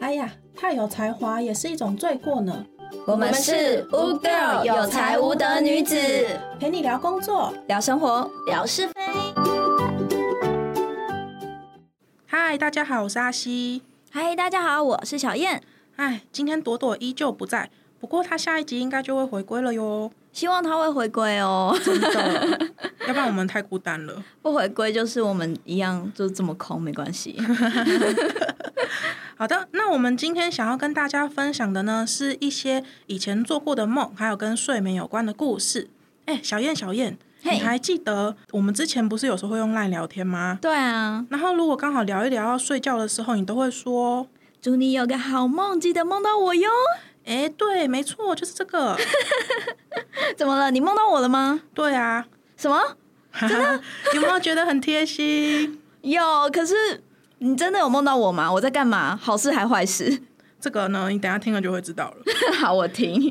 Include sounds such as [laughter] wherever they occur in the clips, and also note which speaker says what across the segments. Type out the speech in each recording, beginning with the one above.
Speaker 1: 哎太有才华也是一种罪过呢。
Speaker 2: 我们是 Wu Girl，有才无德女子，
Speaker 1: 陪你聊工作。
Speaker 2: 聊生活。
Speaker 3: 聊是非。
Speaker 1: 嗨，大家好，我是阿西。
Speaker 2: 嗨，大家好，我是小燕，
Speaker 1: 哎，今天朵朵依旧不在，不过她下一集应该就会回归了哟。
Speaker 2: 希望她会回归哦。 [laughs]
Speaker 1: 真的， [laughs] 要不然我们太孤单了。
Speaker 2: 不回归就是我们一样，就这么空，没关 [laughs] 系。
Speaker 1: 好的，那我们今天想要跟大家分享的呢，是一些以前做过的梦，还有跟睡眠有关的故事。哎，小燕，小燕，
Speaker 2: 嘿
Speaker 1: 你还记得我们之前不是有时候会用 LINE 聊天吗？
Speaker 2: 对啊，
Speaker 1: 然后如果刚好聊一聊要睡觉的时候，你都会说
Speaker 2: 祝你有个好梦，记得梦到我哟。：“
Speaker 1: 哎，对，没错，就是这个。
Speaker 2: [laughs] 怎么了？你梦到我了吗？”
Speaker 1: 对 [laughs] 啊，
Speaker 2: 什么？
Speaker 1: 哈哈，有没有觉得很贴心？
Speaker 2: 有？可是你真的有梦到我吗？我在干嘛？好事还坏事？
Speaker 1: 这个呢，你等一下听了就会知道了。
Speaker 2: [laughs] 好，我停。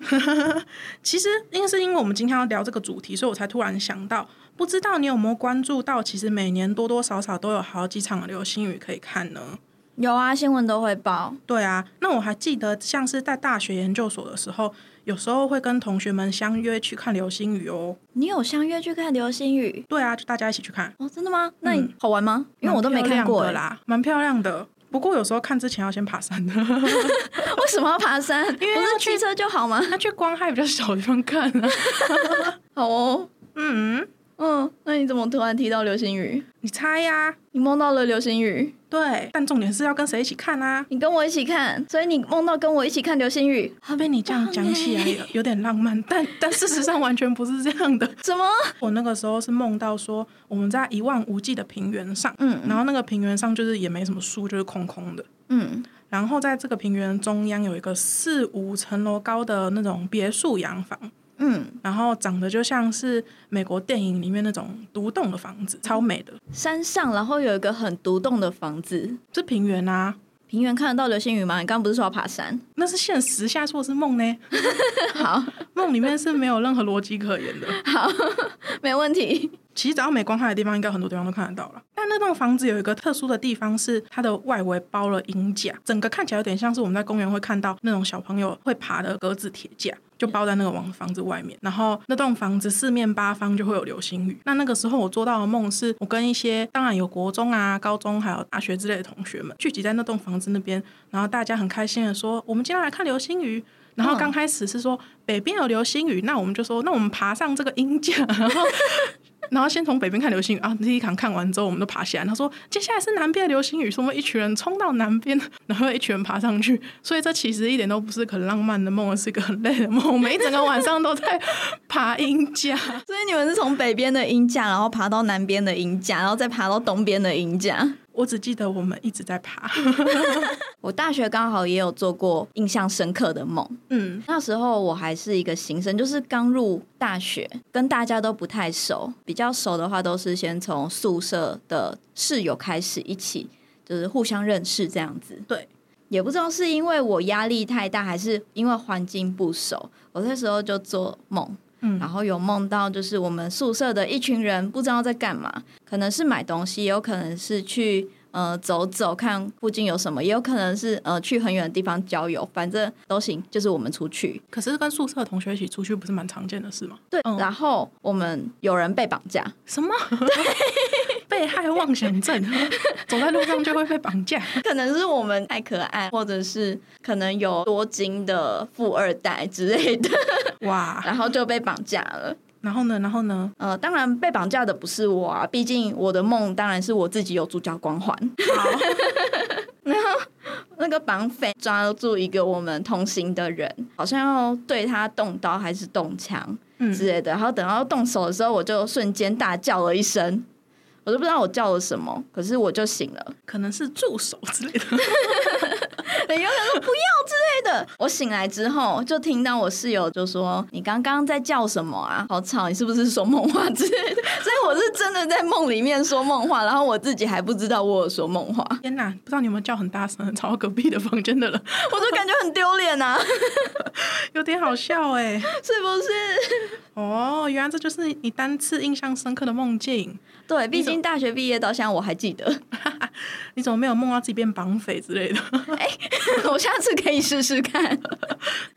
Speaker 1: 其实，因为是因为我们今天要聊这个主题，所以我才突然想到，不知道你有没有关注到，其实每年多多少少都有好几场流星雨可以看呢。
Speaker 2: [laughs] 有啊，新闻都会报。
Speaker 1: 对啊，那我还记得，像是在大学研究所的时候，有时候会跟同学们相约去看流星雨哦。
Speaker 2: 你有相约去看流星雨？
Speaker 1: 对啊，就大家一起去看，
Speaker 2: 哦，真的吗？那
Speaker 1: 嗯
Speaker 2: 你好玩吗？因为我都没看过
Speaker 1: 蛮漂亮的
Speaker 2: 欸啦。
Speaker 1: 啦，蛮漂亮的。不过有时候看之前要先爬山的，
Speaker 2: [laughs] 为什么要爬山？不
Speaker 1: 要
Speaker 2: 是驱车就好吗？
Speaker 1: [laughs] 那去光害比较小的地方看啊。
Speaker 2: [laughs] 好哦，
Speaker 1: 嗯，
Speaker 2: 嗯，那你怎么突然提到流星雨？
Speaker 1: [laughs] 你猜呀、
Speaker 2: 你梦到了流星雨，
Speaker 1: 对，但重点是要跟谁一起看啊？
Speaker 2: 你跟我一起看，所以你梦到跟我一起看流星雨？
Speaker 1: 他被你这样讲起来有有点浪漫， [laughs] 但但事实上完全不是这样的。
Speaker 2: 什么？
Speaker 1: 我那个时候是梦到说我们在一望无际的平原上，
Speaker 2: 嗯
Speaker 1: 然后那个平原上就是也没什么树，就是空空的。
Speaker 2: 嗯，
Speaker 1: 然后在这个平原中央有一个四五层楼高的那种别墅洋房，
Speaker 2: 嗯，
Speaker 1: 然后长得就像是美国电影里面那种独栋的房子，超美的。
Speaker 2: 山上，然后有一个很独栋的房子，
Speaker 1: 这平原啊，
Speaker 2: 平原看得到流星雨吗？你刚刚不是说要爬山？
Speaker 1: 那是现实，现在说的是梦呢。
Speaker 2: 好，
Speaker 1: 梦里面是没有任何逻辑可言的。
Speaker 2: [laughs] 没问题。
Speaker 1: 其实只要没光害的地方，应该很多地方都看得到了。但那栋房子有一个特殊的地方是，它的外围包了银甲，整个看起来有点像是我们在公园会看到那种小朋友会爬的格子铁架，就包在那个网房子外面。然后那栋房子四面八方就会有流星雨。那那个时候我做到的梦是，我跟一些当然有国中啊、高中还有大学之类的同学们聚集在那栋房子那边，然后大家很开心的说：“我们今天来看流星雨。”然后刚开始是说北边有流星雨，那我们就说那我们爬上这个鹰架，然后然后先从北边看流星雨啊，第一堂看完之后，我们都爬下来。他说接下来是南边的流星雨，所以我们一群人冲到南边，然后一群人爬上去。所以这其实一点都不是很浪漫的梦，而是一个很累的梦。我们一整个晚上都在爬 [laughs] 鹰架，
Speaker 2: [laughs] 所以你们是从北边的鹰架，然后爬到南边的鹰架，然后再爬到东边的鹰架。
Speaker 1: 我只记得我们一直在爬。
Speaker 2: 我大学刚好也有做过印象深刻的梦，
Speaker 1: 嗯，
Speaker 2: 那时候我还是一个新生，就是刚入大学，跟大家都不太熟。比较熟的话，都是先从宿舍的室友开始，一起就是互相认识这样子。
Speaker 1: 对，
Speaker 2: 也不知道是因为我压力太大，还是因为环境不熟，我那时候就做梦。
Speaker 1: 嗯
Speaker 2: 然后有梦到，就是我们宿舍的一群人不知道在干嘛，可能是买东西，也有可能是去呃走走看附近有什么，也有可能是呃去很远的地方郊游，反正都行，就是我们出去。
Speaker 1: 可是跟宿舍同学一起出去不是蛮常见的事吗？
Speaker 2: 对，
Speaker 1: 嗯
Speaker 2: 然后我们有人被绑架，
Speaker 1: 什么？被害妄想症， [laughs] 走在路上就会被绑架。
Speaker 2: [laughs] 可能是我们太可爱，或者是可能有多金的富二代之类 [laughs] 的，
Speaker 1: 哇！
Speaker 2: 然后就被绑架了。
Speaker 1: 然后呢？然后呢？
Speaker 2: 呃，当然被绑架的不是我啊，毕竟我的梦当然是我自己有主角光环。
Speaker 1: 好，
Speaker 2: 那个绑匪抓住一个我们同行的人，好像要对他动刀还是动枪
Speaker 1: 嗯
Speaker 2: 之类的，然后等到动手的时候，我就瞬间大叫了一声，我都不知道我叫了什么，可是我就醒了。
Speaker 1: 可能是助手之类的。
Speaker 2: 对，哎有人说不要之类的。我醒来之后就听到我室友就说：“你刚刚在叫什么啊？好吵！你是不是说梦话之类的？” [laughs] 所以我是真的在梦里面说梦话，然后我自己还不知道我有说梦话，
Speaker 1: [laughs]
Speaker 2: [laughs]
Speaker 1: 天哪，不知道你有没有叫很大声，吵到隔壁的房间的人，
Speaker 2: 我就感觉很丢脸啊，
Speaker 1: 有点好笑哎、
Speaker 2: 是不是？
Speaker 1: 哦，原来这就是你单次印象深刻的梦境。
Speaker 2: 对，毕竟大学毕业到现在我还记得。 [laughs]
Speaker 1: 你怎么没有梦到自己变绑匪之类的？ [laughs]
Speaker 2: 我下次可以试试看。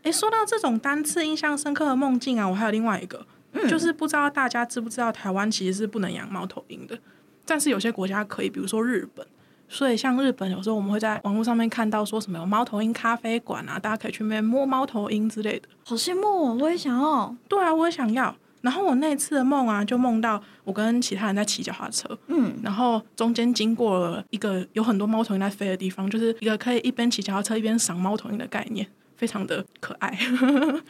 Speaker 1: 诶，说到这种单次印象深刻的梦境啊，我还有另外一个，就是不知道大家知不知道，台湾其实是不能养猫头鹰的，但是有些国家可以，比如说日本。所以，像日本有时候我们会在网络上面看到说什么有猫头鹰咖啡馆啊，大家可以去那边摸猫头鹰之类的。
Speaker 2: 好羡慕哦，我也想要。
Speaker 1: 对啊，我也想要。然后我那次的梦啊，就梦到我跟其他人在骑脚踏车，
Speaker 2: 嗯，
Speaker 1: 然后中间经过了一个有很多猫头鹰在飞的地方，就是一个可以一边骑脚踏车一边赏猫头鹰的概念，非常的可爱。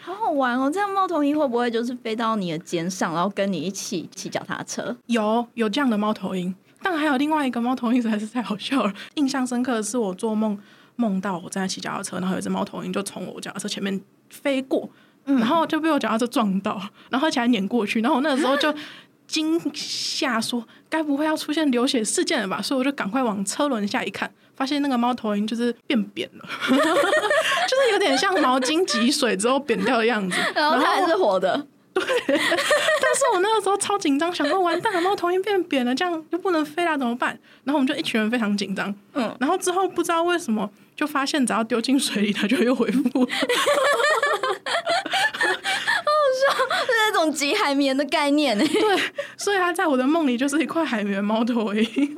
Speaker 2: 好好玩哦。这样猫头鹰会不会就是飞到你的肩上，然后跟你一起骑脚踏车？
Speaker 1: 有有这样的猫头鹰，但还有另外一个猫头鹰实在是太好笑了。印象深刻的是，我做梦梦到我正在骑脚踏车，然后有一只猫头鹰就从我脚踏车前面飞过，
Speaker 2: 嗯
Speaker 1: 然后就被我脚踏车撞到，然后起来碾过去，然后我那个时候就惊吓说，该不会要出现流血事件了吧？所以我就赶快往车轮下一看，发现那个猫头鹰就是变扁了， [laughs] 就是有点像毛巾挤水之后扁掉的样子，
Speaker 2: [laughs] [laughs] 然后它还
Speaker 1: 我
Speaker 2: 是活的。
Speaker 1: 但是我那个时候超紧张，想说完蛋了，猫头鹰变扁了，这样就不能飞啦，怎么办？然后我们就一群人非常紧张，
Speaker 2: 嗯，
Speaker 1: 然后之后不知道为什么就发现，只要丢进水里，它就又恢
Speaker 2: [laughs]
Speaker 1: 复。
Speaker 2: 是那种挤海绵的概念呢。欸
Speaker 1: 所以它在我的梦里就是一块海绵猫头鹰。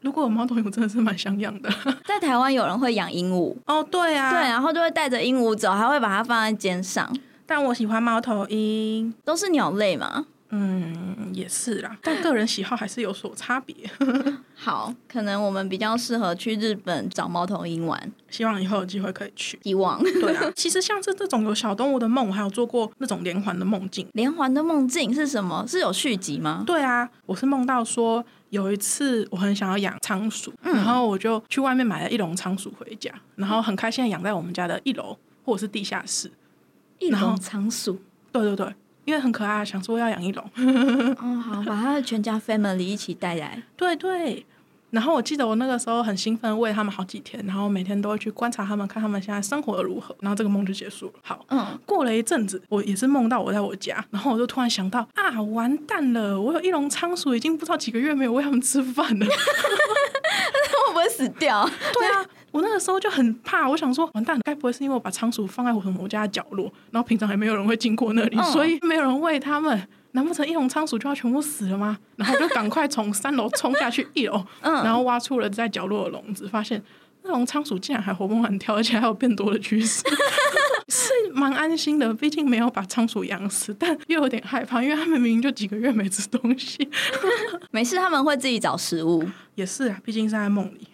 Speaker 1: 如果有猫头鹰，我真的是蛮想养
Speaker 2: [laughs]
Speaker 1: 的。
Speaker 2: [laughs] 在台湾有人会养鹦鹉，
Speaker 1: 哦，对啊
Speaker 2: 对，然后就会带着鹦鹉走，还会把它放在肩上，
Speaker 1: 但我喜欢猫头鹰。
Speaker 2: 都是鸟类嘛。
Speaker 1: 嗯，也是啦，但个人喜好还是有所差别。
Speaker 2: 好，可能我们比较适合去日本找猫头鹰玩，
Speaker 1: 希望以后有机会可以去。
Speaker 2: 希望 [laughs]
Speaker 1: 对啊，其实像是这种有小动物的梦，我还有做过那种连环的梦境。
Speaker 2: 连环的梦境是什么？是有续集吗？
Speaker 1: 对啊，我是梦到说有一次我很想要养仓鼠，然后我就去外面买了一笼仓鼠回家，然后很开心的养在我们家的一楼或者是地下室。
Speaker 2: 一
Speaker 1: 然后
Speaker 2: 笼仓鼠。
Speaker 1: 对对对，因为很可爱，啊想说要养一笼。
Speaker 2: 哦，好，把他的全家 family 一起带来。
Speaker 1: 对对。然后我记得我那个时候很兴奋，喂它们好几天，然后每天都会去观察它们，看它们现在生活的如何。然后这个梦就结束了。好，
Speaker 2: [laughs] 嗯，
Speaker 1: 过了一阵子，我也是梦到我在我家，然后我就突然想到啊，完蛋了，我有一笼仓鼠，已经不知道几个月没有喂它们吃饭了。
Speaker 2: 会不会死 [laughs] 掉？
Speaker 1: [laughs] 对啊，我那个时候就很怕，我想说，完蛋，该不会是因为我把仓鼠放在我们我家的角落，然后平常也没有人会经过那里，
Speaker 2: 嗯
Speaker 1: 所以没有人喂它们。难不成一笼仓鼠就要全部死了吗？然后我就赶快从三楼冲下去一楼，
Speaker 2: 嗯
Speaker 1: 然后挖出了在角落的笼子，发现那笼仓鼠竟然还活蹦乱跳，而且还有变多的趋
Speaker 2: [laughs]
Speaker 1: 势，是蛮安心的。毕竟没有把仓鼠养死，但又有点害怕，因为它们明明就几个月没吃东西。
Speaker 2: 没事，他们会自己找食物，
Speaker 1: 也是啊，毕竟是在梦里。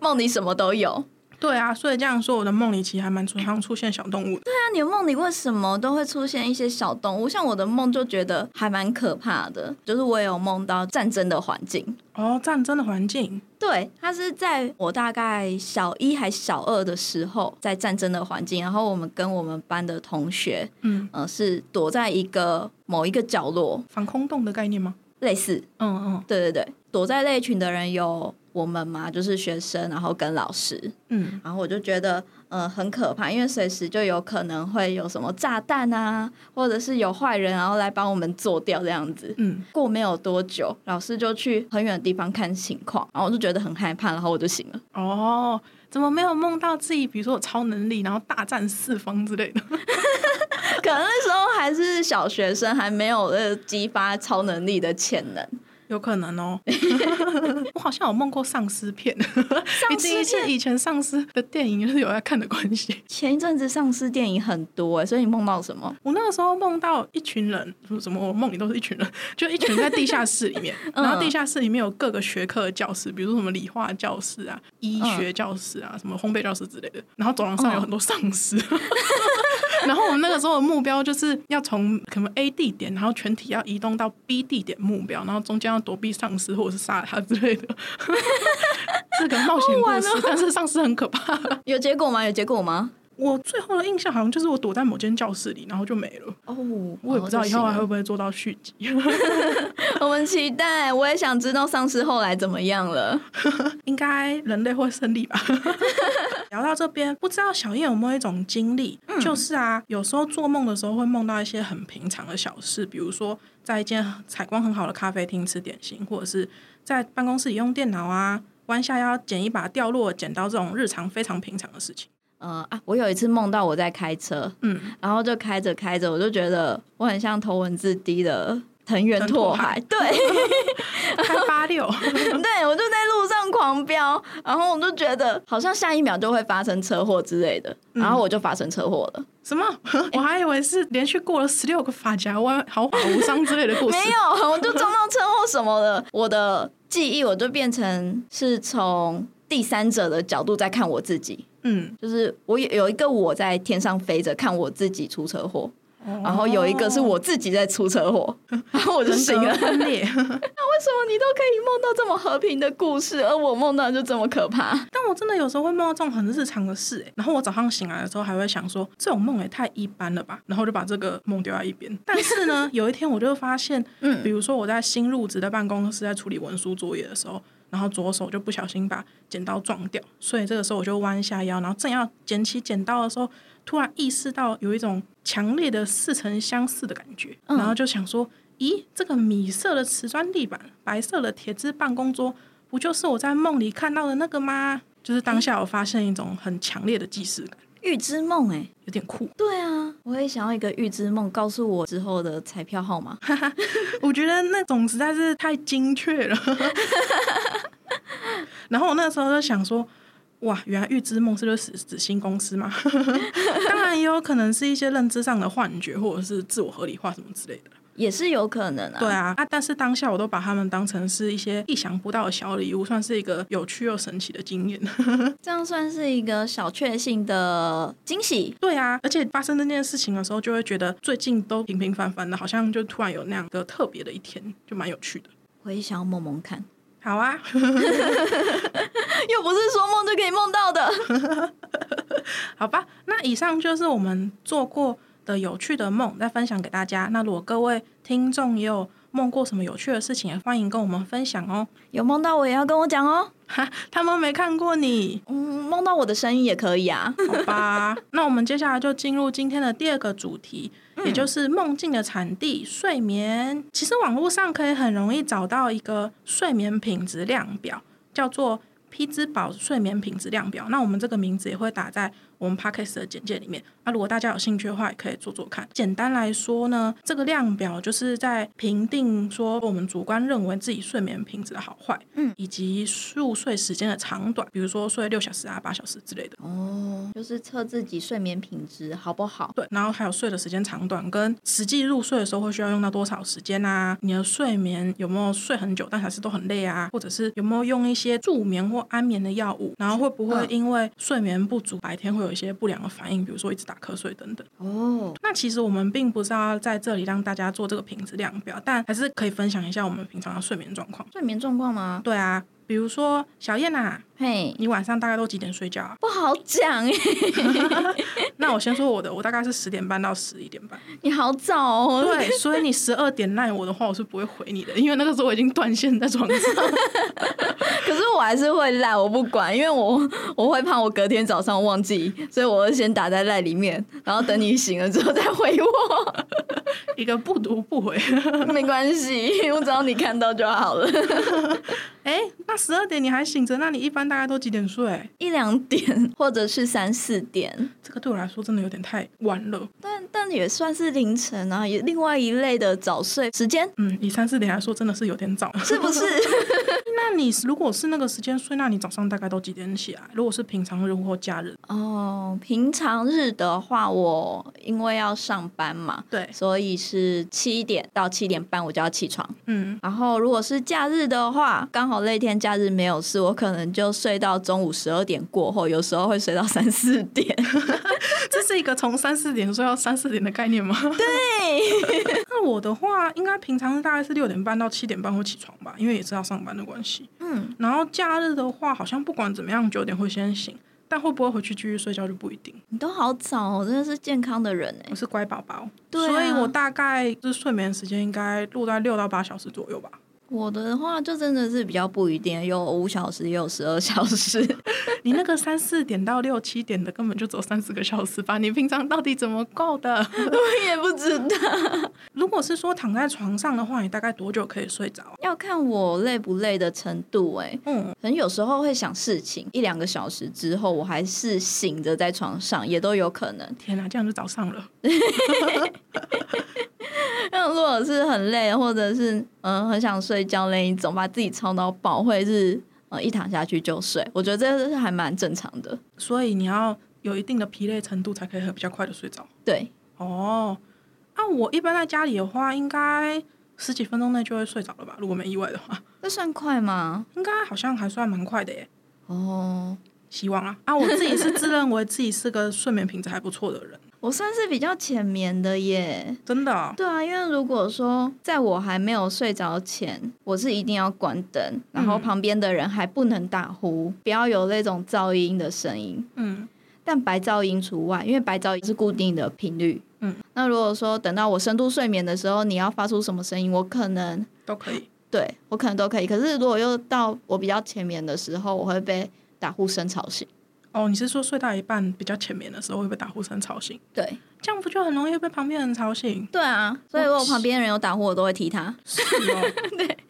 Speaker 2: 梦里什么都有。
Speaker 1: 对啊，所以这样说，我的梦里其实还蛮常出现小动物的。
Speaker 2: 那你的梦里为什么都会出现一些小动物？像我的梦就觉得还蛮可怕的，就是我也有梦到战争的环境。
Speaker 1: 哦，战争的环境，
Speaker 2: 对，它是在我大概小一还小二的时候，在战争的环境，然后我们跟我们班的同学，
Speaker 1: 嗯，
Speaker 2: 呃，是躲在一个某一个角落，
Speaker 1: 防空洞的概念吗？
Speaker 2: 类似，
Speaker 1: 嗯嗯
Speaker 2: 对对对，躲在那一群的人有我们嘛，就是学生，然后跟老师，
Speaker 1: 嗯，
Speaker 2: 然后我就觉得，呃，很可怕，因为随时就有可能会有什么炸弹啊，或者是有坏人，然后来帮我们做掉这样子。
Speaker 1: 嗯，
Speaker 2: 过没有多久，老师就去很远的地方看情况，然后我就觉得很害怕，然后我就醒了。 [laughs]
Speaker 1: 哦，怎么没有梦到自己，比如说有超能力，然后大战四方之类的？
Speaker 2: 可能那时候还是小学生，还没有呃激发超能力的潜能。
Speaker 1: [laughs] 有可能哦。 [laughs] 我好像有梦过丧尸片， [laughs] 一
Speaker 2: 丧
Speaker 1: 定
Speaker 2: 尸
Speaker 1: 是
Speaker 2: 片
Speaker 1: 以前丧尸的电影就是有在看的关系。
Speaker 2: 前一阵子丧尸电影很多、欸，所以你梦到什么？
Speaker 1: 我那个时候梦到一群人，什么我梦里都是一群人，就一群人在地下室里面，然后地下室里面有各个学科的教室，比如说什么理化教室啊、医学教室啊、什么烘焙教室之类的。然后走廊上有很多丧尸。 [laughs] 然后我们那个时候的目标就是要从可能 A 地点，然后全体要移动到 B 地点目标，然后中间要躲避丧尸或者是杀他之类的。 [laughs] 是个冒险故事，但是丧尸很可怕。
Speaker 2: 有结果吗？有结果吗？
Speaker 1: 我最后的印象好像就是我躲在某间教室里，然后就没了。
Speaker 2: 哦，
Speaker 1: 我也不知道以后还会
Speaker 2: 哦
Speaker 1: 不会做到续
Speaker 2: [laughs]
Speaker 1: 集。
Speaker 2: 我们期待，我也想知道丧尸后来怎么样了。 [laughs]
Speaker 1: 应该人类会胜利吧？聊到这边，不知道小叶有没有一种经历，
Speaker 2: 嗯
Speaker 1: 就是啊，有时候做梦的时候会梦到一些很平常的小事，比如说在一间采光很好的咖啡厅吃点心，或者是在办公室里用电脑啊，弯下腰捡一把掉落的剪刀这种日常非常平常的事
Speaker 2: [laughs]
Speaker 1: 情。
Speaker 2: 呃啊，我有一次梦到我在开车，
Speaker 1: 嗯，
Speaker 2: 然后就开着开着，我就觉得我很像头文字 D 的藤原拓海，对 [laughs]
Speaker 1: 开八六，
Speaker 2: 对，我就在路上狂飙，然后我就觉得好像下一秒就会发生车祸之类的，然后我就发生车祸了，
Speaker 1: 什么？我还以为是连续过了十六个发夹弯，毫发无伤之类的故事。
Speaker 2: [laughs] 没有，我就撞到车祸什么的，我的记忆我就变成是从第三者的角度在看我自己。
Speaker 1: 嗯，
Speaker 2: 就是我有有一个我在天上飞着看我自己出车祸，然后有一个是我自己在出车祸， [laughs] 然后我就
Speaker 1: 人
Speaker 2: 醒了。 [laughs]
Speaker 1: 格
Speaker 2: 为
Speaker 1: 分裂。
Speaker 2: 什么你都可以梦到这么和平的故事，而我梦到就这么可怕？
Speaker 1: 但我真的有时候会梦到这种很日常的事、欸，然后我早上醒来的时候还会想说，这种梦也太一般了吧，然后就把这个梦丢在一边。但是
Speaker 2: [laughs]
Speaker 1: 呢，有一天我就发现，
Speaker 2: 嗯
Speaker 1: 比如说我在新入职的办公室在处理文书作业的时候，然后左手就不小心把剪刀撞掉，所以这个时候我就弯下腰，然后正要捡起剪刀的时候，突然意识到有一种强烈的似曾相似的感觉，
Speaker 2: 嗯
Speaker 1: 然后就想说，咦，这个米色的瓷砖地板，白色的铁质办公桌，不就是我在梦里看到的那个吗？就是当下我发现一种很强烈的既视感，
Speaker 2: 预知梦、欸，哎，
Speaker 1: 有点酷。
Speaker 2: 对啊，我也想要一个预知梦，告诉我之后的彩票号码。
Speaker 1: 我觉得那种实在是太精确了。 [laughs] 然后我那时候就想说，哇，原来预知梦是就是死死心公司嘛？ [laughs] 当然也有可能是一些认知上的幻觉，或者是自我合理化什么之类的。
Speaker 2: 也是有可能啊，
Speaker 1: 对啊，啊，但是当下我都把它们当成是一些意想不到的小礼物，算是一个有趣又神奇的经验。
Speaker 2: 这样算是一个小确幸的惊喜。
Speaker 1: 对啊，而且发生这件事情的时候，就会觉得最近都平平凡凡的，好像就突然有那样个特别的一天，就蛮有趣的。
Speaker 2: 我也想要梦梦看， [laughs]
Speaker 1: 好啊，
Speaker 2: 又不是说梦就可以梦到的。
Speaker 1: 好吧，那以上就是我们做过的有趣的梦，再分享给大家。那如果各位听众也有梦过什么有趣的事情，也欢迎跟我们分享哦。
Speaker 2: 有梦到我也要跟我讲哦。
Speaker 1: 哈，他们没看过你，
Speaker 2: 嗯，梦到我的声音也可以啊。
Speaker 1: 好吧？ [laughs] 那我们接下来就进入今天的第二个主题，也就是梦境的产地——睡眠。其实网络上可以很容易找到一个睡眠品质量表，叫做。匹兹堡睡眠品质量表，那我们这个名字也会打在我们 podcast 的简介里面。那、如果大家有兴趣的话，也可以做做看。简单来说呢，这个量表就是在评定说我们主观认为自己睡眠品质的好坏，
Speaker 2: 嗯，
Speaker 1: 以及入睡时间的长短，比如说睡六小时啊、八小时之类的。
Speaker 2: 哦，就是测自己睡眠品质好不好。
Speaker 1: 对，然后还有睡的时间长短，跟实际入睡的时候会需要用到多少时间啊？你的睡眠有没有睡很久，但还是都很累啊？或者是有没有用一些助眠或安眠的药物？然后会不会
Speaker 2: 嗯
Speaker 1: 因为睡眠不足，白天会有一些不良的反应，比如说一直打瞌睡等等？
Speaker 2: 哦，
Speaker 1: 那其实我们并不是要在这里让大家做这个品质量表，但还是可以分享一下我们平常的睡眠状况。
Speaker 2: 睡眠状况吗？
Speaker 1: 对啊，比如说小燕啊，
Speaker 2: 嘿，
Speaker 1: 你晚上大概都几点睡觉啊？
Speaker 2: 不好讲哎，
Speaker 1: 那我先说我的，我大概是十点半到十一点半。
Speaker 2: [laughs] 你好早哦。
Speaker 1: 对，所以你十二点赖我的话，我是不会回你的，因为那个时候我已经断线在床上。
Speaker 2: [laughs] 可是我还是会赖，我不管，因为我我会怕我隔天早上忘记，所以我会先打在赖里面，然后等你醒了之后再回我。 [laughs]
Speaker 1: 一个不读不 [laughs] 回。
Speaker 2: 没关系，我只要你看到就好了。
Speaker 1: 哎、那十二点你还醒着，那你一般大概都几点睡？
Speaker 2: [laughs] 一两点或者是三四点，
Speaker 1: 这个对我来说真的有点太晚了。
Speaker 2: 但但也算是凌晨啊，也另外一类的早睡时间。
Speaker 1: 嗯，以三四点来说，真的是有点早。
Speaker 2: 是不是？
Speaker 1: [laughs] 那你如果是那个时间睡，那你早上大概都几点起来？如果是平常日或假日，
Speaker 2: 哦，平常日的话，我因为要上班嘛，
Speaker 1: 对，
Speaker 2: 所以是七点到七点半我就要起床。
Speaker 1: 嗯，
Speaker 2: 然后如果是假日的话，刚好那天假日没有事，我可能就睡到中午十二点过后，有时候会睡到三四点。 [laughs]
Speaker 1: [laughs] 这是一个从三四点睡到三四点的概念吗？
Speaker 2: 对，
Speaker 1: [laughs] 那我的话，应该平常大概是六点半到七点半会起床吧，因为也是要上班的关系。
Speaker 2: 嗯，
Speaker 1: 然后假日的话，好像不管怎么样，九点会先醒，但会不会回去继续睡觉就不一定。
Speaker 2: 你都好早、哦，真的是健康的人哎
Speaker 1: 我。是乖宝宝，
Speaker 2: 对啊 [laughs]
Speaker 1: 所以我大概就是睡眠时间应该落在六到八小时左右吧。
Speaker 2: 我的话就真的是比较不一定，有五小时，也有十二小时。 [laughs]
Speaker 1: 你那个三四点到六七点的，根本就走三四个小时吧？你平常到底怎么够的？
Speaker 2: 我也不知道，
Speaker 1: 如果是说躺在床上的话，你大概多久可以睡着啊？
Speaker 2: 要看我累不累的程度、欸。哎，
Speaker 1: 嗯，
Speaker 2: 可能有时候会想事情，一两个小时之后，我还是醒着在床上，也都有可能。
Speaker 1: 天啊哪、这样就早上了。
Speaker 2: 那如果是很累，或者是嗯很想睡觉那一种，把自己操到爆，会是嗯一躺下去就睡。我觉得这是还蛮正常的。
Speaker 1: 所以你要有一定的疲累程度，才可以很比较快的睡着。
Speaker 2: 对，
Speaker 1: 哦，那、我一般在家里的话，应该十几分钟内就会睡着了吧？如果没意外的话，
Speaker 2: 这算快吗？
Speaker 1: 应该好像还算蛮快的耶。
Speaker 2: 哦，
Speaker 1: 希望啊啊！我自己是自认为自己是个睡眠品质还不错的人，
Speaker 2: 我算是比较浅眠的耶。
Speaker 1: 真的哦、
Speaker 2: 对啊，因为如果说在我还没有睡着前，我是一定要关灯，然后
Speaker 1: 嗯
Speaker 2: 旁边的人还不能打呼，不要有那种噪音的声音，
Speaker 1: 嗯，
Speaker 2: 但白噪音除外，因为白噪音是固定的频率。
Speaker 1: 嗯，
Speaker 2: 那如果说等到我深度睡眠的时候，你要发出什么声音，我可能
Speaker 1: 都可以。
Speaker 2: 对我可能都可以。可是如果又到我比较浅眠的时候，我会被打呼声吵醒。
Speaker 1: 哦，你是说睡到一半比较浅眠的时候会被打呼声吵醒？
Speaker 2: 对
Speaker 1: 这样不就很容易被旁边人吵醒？
Speaker 2: 对啊，所以如果旁边人有打呼，我都会踢他，
Speaker 1: 是哦，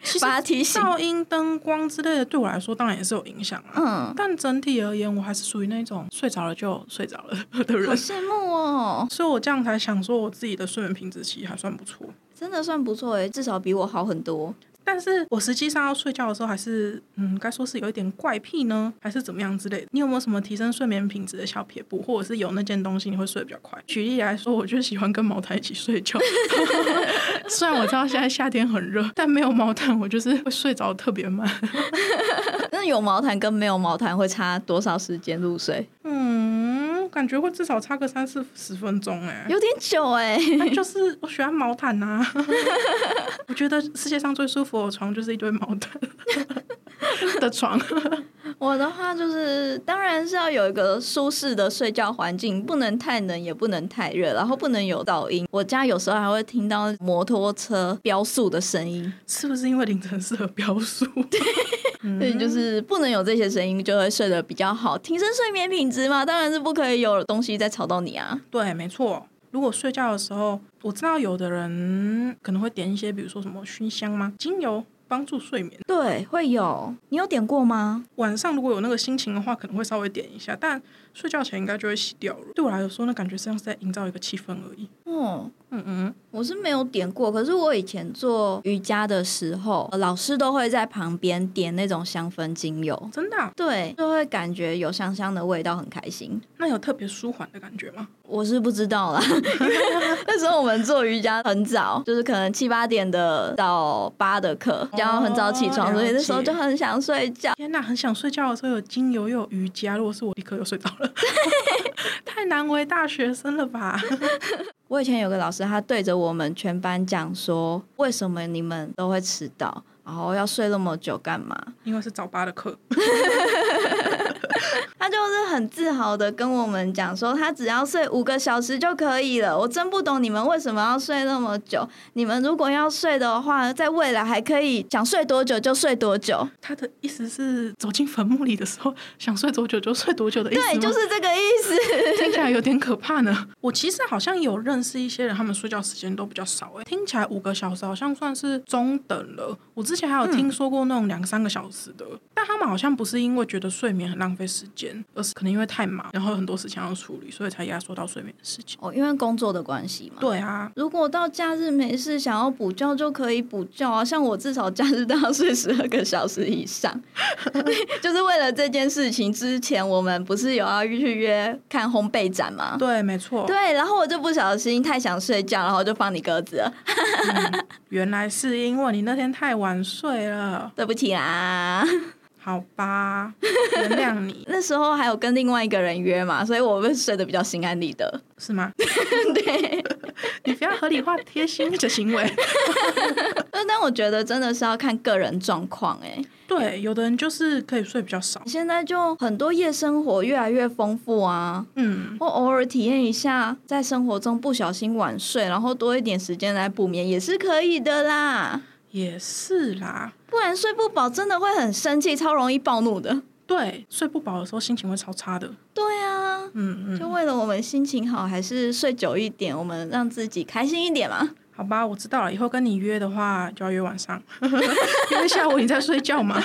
Speaker 1: 其实
Speaker 2: 把他踢醒。
Speaker 1: 噪音、灯光之类的对我来说当然也是有影响啊。
Speaker 2: 嗯，
Speaker 1: 但整体而言，我还是属于那种睡着了就睡着了的
Speaker 2: 好
Speaker 1: 人，
Speaker 2: 羡慕哦，
Speaker 1: 所以我这样才想说，我自己的睡眠品质其实还算不错。
Speaker 2: 真的算不错诶，至少比我好很多。 [laughs]
Speaker 1: 但是我实际上要睡觉的时候，还是嗯，该说是有一点怪癖呢，还是怎么样之类的？你有没有什么提升睡眠品质的小撇步，或者是有那件东西你会睡得比较快？举例来说，我就喜欢跟毛毯一起睡觉， [laughs] 虽然我知道现在夏天很热，但没有毛毯我就是会睡着得特别慢。
Speaker 2: 那有毛毯跟没有毛毯会差多少时间入睡？
Speaker 1: 嗯，感觉会至少差个三四十分钟哎、
Speaker 2: 有点久欸
Speaker 1: [laughs]
Speaker 2: 诶。
Speaker 1: 那就是我喜欢毛毯呐、 [laughs] 我觉得世界上最舒服的床就是一堆毛 [laughs] 毯的床。
Speaker 2: [laughs] 我的话就是，当然是要有一个舒适的睡觉环境，不能太冷，也不能太热，然后不能有噪音。我家有时候还会听到摩托车飙速的声音，
Speaker 1: 是不是因为凌晨适合飙速？
Speaker 2: 所以就是不能有这些声音，就会睡得比较好，提升睡眠品质嘛。当然是不可以有东西再吵到你啊。
Speaker 1: [laughs] 对，没错。如果睡觉的时候，我知道有的人可能会点一些，比如说什么熏香吗？精油帮助睡眠。
Speaker 2: 对，会有。你有点过吗？
Speaker 1: 晚上如果有那个心情的话，可能会稍微点一下，但睡觉前应该就会洗掉了。对我来说，那感觉像是在营造一个气氛而已。
Speaker 2: 哦，
Speaker 1: 嗯嗯，
Speaker 2: 我是没有点过，可是我以前做瑜伽的时候，老师都会在旁边点那种香氛精油，
Speaker 1: 真的啊、
Speaker 2: 对，就会感觉有香香的味道，很开心。
Speaker 1: 那有特别舒缓的感觉吗？
Speaker 2: 我是不知道啦， [laughs] 因为那时候我们做瑜伽很早，就是可能七八点的到八的课，然后很早起床，
Speaker 1: 哦
Speaker 2: 所以
Speaker 1: 了解
Speaker 2: 那时候就很想睡觉。
Speaker 1: 天呐，很想睡觉的时候有精油又有瑜伽，如果是我立刻就睡着了， [laughs] 太难为大学生了吧？ [laughs]
Speaker 2: 我以前有个老师，他对着我们全班讲说，为什么你们都会迟到，然后要睡那么久干嘛？
Speaker 1: 因为是早八的课，
Speaker 2: 他就是很自豪的跟我们讲说，他只要睡五个小时就可以了。我真不懂你们为什么要睡那么久。你们如果要睡的话，在未来还可以想睡多久就睡多久。
Speaker 1: 他的意思是走进坟墓里的时候想睡多久就睡多久的意思吗
Speaker 2: 对，就是这个意思。
Speaker 1: 听起来有点可怕呢。我其实好像有认识一些人，他们睡觉时间都比较少、欸，听起来五个小时好像算是中等了。我之前还有
Speaker 2: 嗯
Speaker 1: 听说过那种两三个小时的，但他们好像不是因为觉得睡眠很浪费时间，而是可能因为太忙，然后有很多事情要处理，所以才压缩到睡眠的时间。
Speaker 2: [laughs] 哦，因为工作的关系嘛。
Speaker 1: 对啊，
Speaker 2: 如果到假日没事想要补觉就可以补觉啊，像我至少假日都要睡十二个小时以上， [laughs] 就是为了这件事情。之前我们不是有要去约看烘焙展吗？
Speaker 1: 对，没错，
Speaker 2: 对，然后我就不小心太想睡觉，然后就放你鸽子了，
Speaker 1: 原来是因为你那天太晚睡了，
Speaker 2: 对不起啦。 [laughs]
Speaker 1: 好吧， [laughs] 原谅你
Speaker 2: 那时候还有跟另外一个人约嘛，所以我会睡得比较心安理得。 [laughs]
Speaker 1: 是吗？
Speaker 2: 对，
Speaker 1: [laughs] 你不要合理化贴心的行
Speaker 2: [laughs]
Speaker 1: 为。
Speaker 2: 但但我觉得真的是要看个人状况哎、
Speaker 1: 对，有的人就是可以睡比较少，
Speaker 2: 现在就很多夜生活越来越丰富啊。
Speaker 1: 嗯，
Speaker 2: 我偶尔体验一下，在生活中不小心晚睡，然后多一点时间来补眠也是可以的啦。
Speaker 1: 也是啦，
Speaker 2: 不然睡不饱真的会很生气，超容易暴怒的。
Speaker 1: 对，睡不饱的时候心情会超差的。
Speaker 2: 对啊，
Speaker 1: 嗯
Speaker 2: 就
Speaker 1: 嗯，
Speaker 2: 为了我们心情好，还是睡久一点，我们让自己开心一点嘛。 [laughs]
Speaker 1: 好吧，我知道了，以后跟你约的话就要约晚上， [laughs] 因为下午你在睡
Speaker 2: [laughs]
Speaker 1: 觉嘛。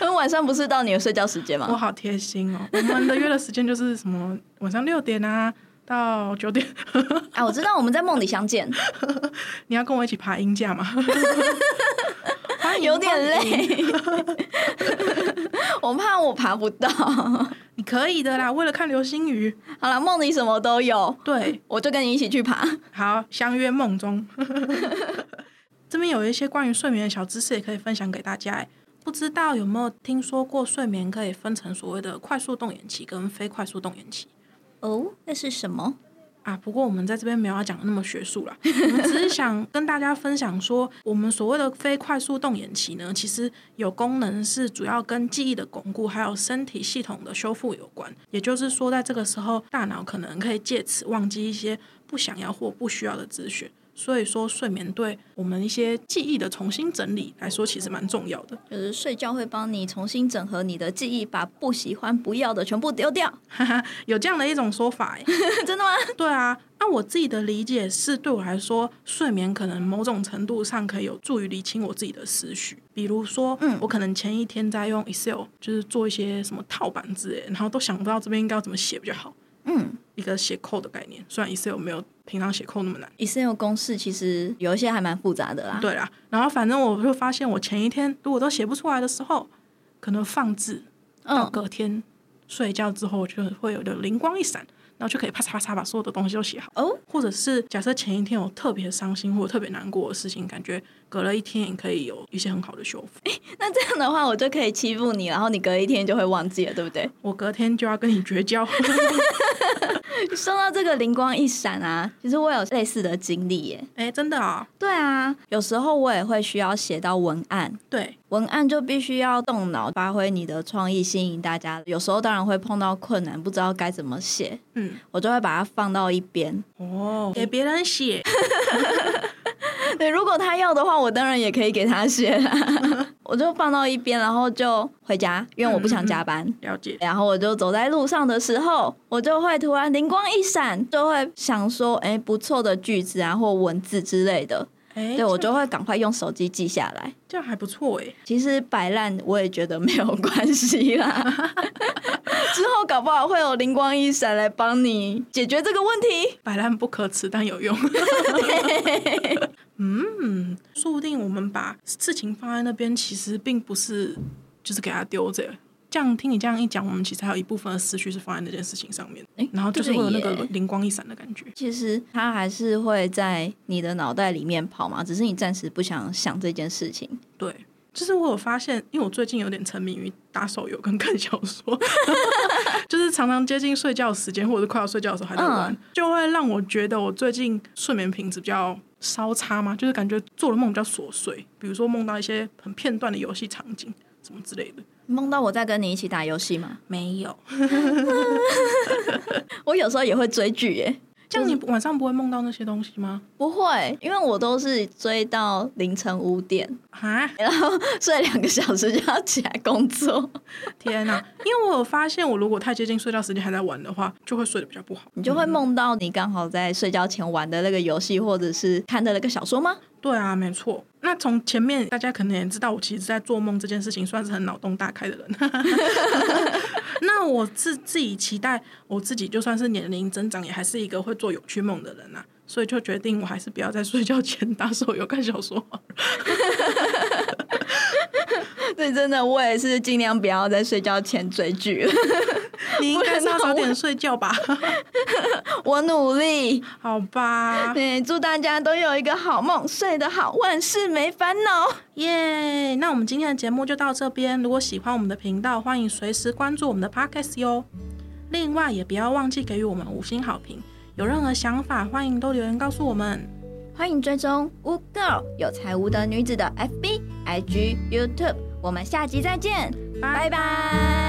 Speaker 2: 因为晚上不是到你的睡觉时间
Speaker 1: 我
Speaker 2: 吗？
Speaker 1: 好贴心哦，我们的约的时间就是什么晚上六点啊到九点，
Speaker 2: 啊，我知道我们在梦里相见，
Speaker 1: 你要跟我一起爬鹰架吗？ [laughs] 欢迎
Speaker 2: 有点，
Speaker 1: 欢迎
Speaker 2: 累， [laughs] 我怕我爬不到。好
Speaker 1: 你可以的啦，为了看流星雨。
Speaker 2: 了，梦里什么都有，
Speaker 1: 对，
Speaker 2: 我就跟你一起去爬。
Speaker 1: 好，相约梦中。 [laughs] 这边有一些关于睡眠的小知识，也可以分享给大家欸。不知道有没有听说过睡眠可以分成所谓的快速动眼期跟非快速动眼期
Speaker 2: 哦，那是什么？
Speaker 1: 啊？不过我们在这边没有要讲得那么学术啦，我们只是想跟大家分享说，我们所谓的非快速动眼期呢，其实有功能是主要跟记忆的巩固还有身体系统的修复有关。也就是说，在这个时候，大脑可能可以借此忘记一些不想要或不需要的资讯。所以说，睡眠对我们一些记忆的重新整理来说，其实蛮重要的。
Speaker 2: 就是睡觉会帮你重新整合你的记忆，把不喜欢、不要的全部丢掉。
Speaker 1: [laughs] 有这样的一种说法、欸，
Speaker 2: [laughs] 真的吗？
Speaker 1: 对啊。那我自己的理解是，对我来说，睡眠可能某种程度上可以有助于理清我自己的思绪。比如说，
Speaker 2: 嗯
Speaker 1: 我可能前一天在用 Excel，就是做一些什么套版之类的，然后都想不到这边应该要怎么写比较好。
Speaker 2: 嗯
Speaker 1: 一个写扣的概念，虽然 Excel 没有平常写扣那么难。
Speaker 2: ，Excel 公式其实有一些还蛮复杂的啦。
Speaker 1: 对啦，然后反正我就发现，我前一天如果都写不出来的时候，可能放置到
Speaker 2: 嗯，
Speaker 1: 隔天睡觉之后，就会有的灵光一闪，然后就可以啪嚓啪嚓把所有的东西都写好。
Speaker 2: 哦，
Speaker 1: 或者是假设前一天有特别伤心或者特别难过的事情，感觉隔了一天也可以有一些很好的修复。
Speaker 2: 那这样的话，我就可以欺负你，然后你隔一天就会忘记了，对不对？
Speaker 1: 我隔天就要跟你绝交， [laughs]
Speaker 2: 说到这个灵光一闪啊，其实我有类似的经历耶。
Speaker 1: 哎、真的啊、
Speaker 2: 对啊，有时候我也会需要写到文案，
Speaker 1: 对，
Speaker 2: 文案就必须要动脑，发挥你的创意，吸引大家。有时候当然会碰到困难，不知道该怎么写，
Speaker 1: 嗯，
Speaker 2: 我就会把它放到一边。
Speaker 1: 哦，给别人写，
Speaker 2: 对，如果他要的话，我当然也可以给他写啦，我就放到一边，然后就回家，因为我不想加班。
Speaker 1: 了解，
Speaker 2: 然后我就走在路上的时候，我就会突然灵光一闪，就会想说，哎，不错的句子啊，或文字之类的，
Speaker 1: 哎、
Speaker 2: 对我
Speaker 1: 这样
Speaker 2: 就会赶快用手机记下来。
Speaker 1: 这样还不错哎、
Speaker 2: 其实摆烂我也觉得没有关系啦， [laughs] 之后搞不好会有灵光一闪来帮你解决这个问题。
Speaker 1: 摆烂不可耻，但有
Speaker 2: [laughs]
Speaker 1: 用。嗯，说不定我们把事情放在那边，其实并不是就是给他丢着。这样听你这样一讲，我们其实还有一部分的思绪是放在那件事情上面，
Speaker 2: 诶
Speaker 1: 然后就是会有那个
Speaker 2: 对耶
Speaker 1: 灵光一闪的感觉。
Speaker 2: 其实它还是会在你的脑袋里面跑嘛，只是你暂时不想想这件事情。
Speaker 1: 对，就是我有发现，因为我最近有点沉迷于打手游跟看小说， [laughs] 就是常常接近睡觉时间或者是快要睡觉的时候还在玩，
Speaker 2: 嗯
Speaker 1: 就会让我觉得我最近睡眠品质比较稍差嘛，就是感觉做的梦比较琐碎，比如说梦到一些很片段的游戏场景什么之类的。
Speaker 2: 梦到我在跟你一起打游戏吗？
Speaker 1: 没有，
Speaker 2: 我有时候也会追剧耶。
Speaker 1: 这样你晚上不会梦到那些东西吗？
Speaker 2: 不会，因为我都是追到凌晨五点，
Speaker 1: 啊，
Speaker 2: 睡两个小时就要起来工作，
Speaker 1: 天哪！因为我有发现，我如果太接近睡觉时间还在玩的话，就会睡得比较不好。
Speaker 2: 你就会梦到你刚好在睡觉前玩的那个游戏，或者是看的那个小说吗？ [laughs]
Speaker 1: 对啊，没错。那从前面大家可能也知道，我其实，在做梦这件事情算是很脑洞大开的人。 [laughs] 那我自自己期待我自己，就算是年龄增长，也还是一个会做有趣梦的人啊。所以就决定，我还是不要在睡觉前打手游、看小说。
Speaker 2: 对，真的，我也是尽量不要在睡觉前追剧 [laughs] 了，
Speaker 1: 你应该是要早 [laughs] 点睡觉吧？
Speaker 2: 我努力。
Speaker 1: 好吧，
Speaker 2: 对，祝大家都有一个好梦，睡得好，万事没烦恼。
Speaker 1: 耶那我们今天的节目就到这边。如果喜欢我们的频道，欢迎随时关注我们的 Podcast 哟。另外，也不要忘记给予我们五星好评。有任何想法，欢迎都留言告诉我们。
Speaker 2: 欢迎追踪 Wu Girl 有才无德女子的 FB、IG、YouTube，我们下集再见，拜拜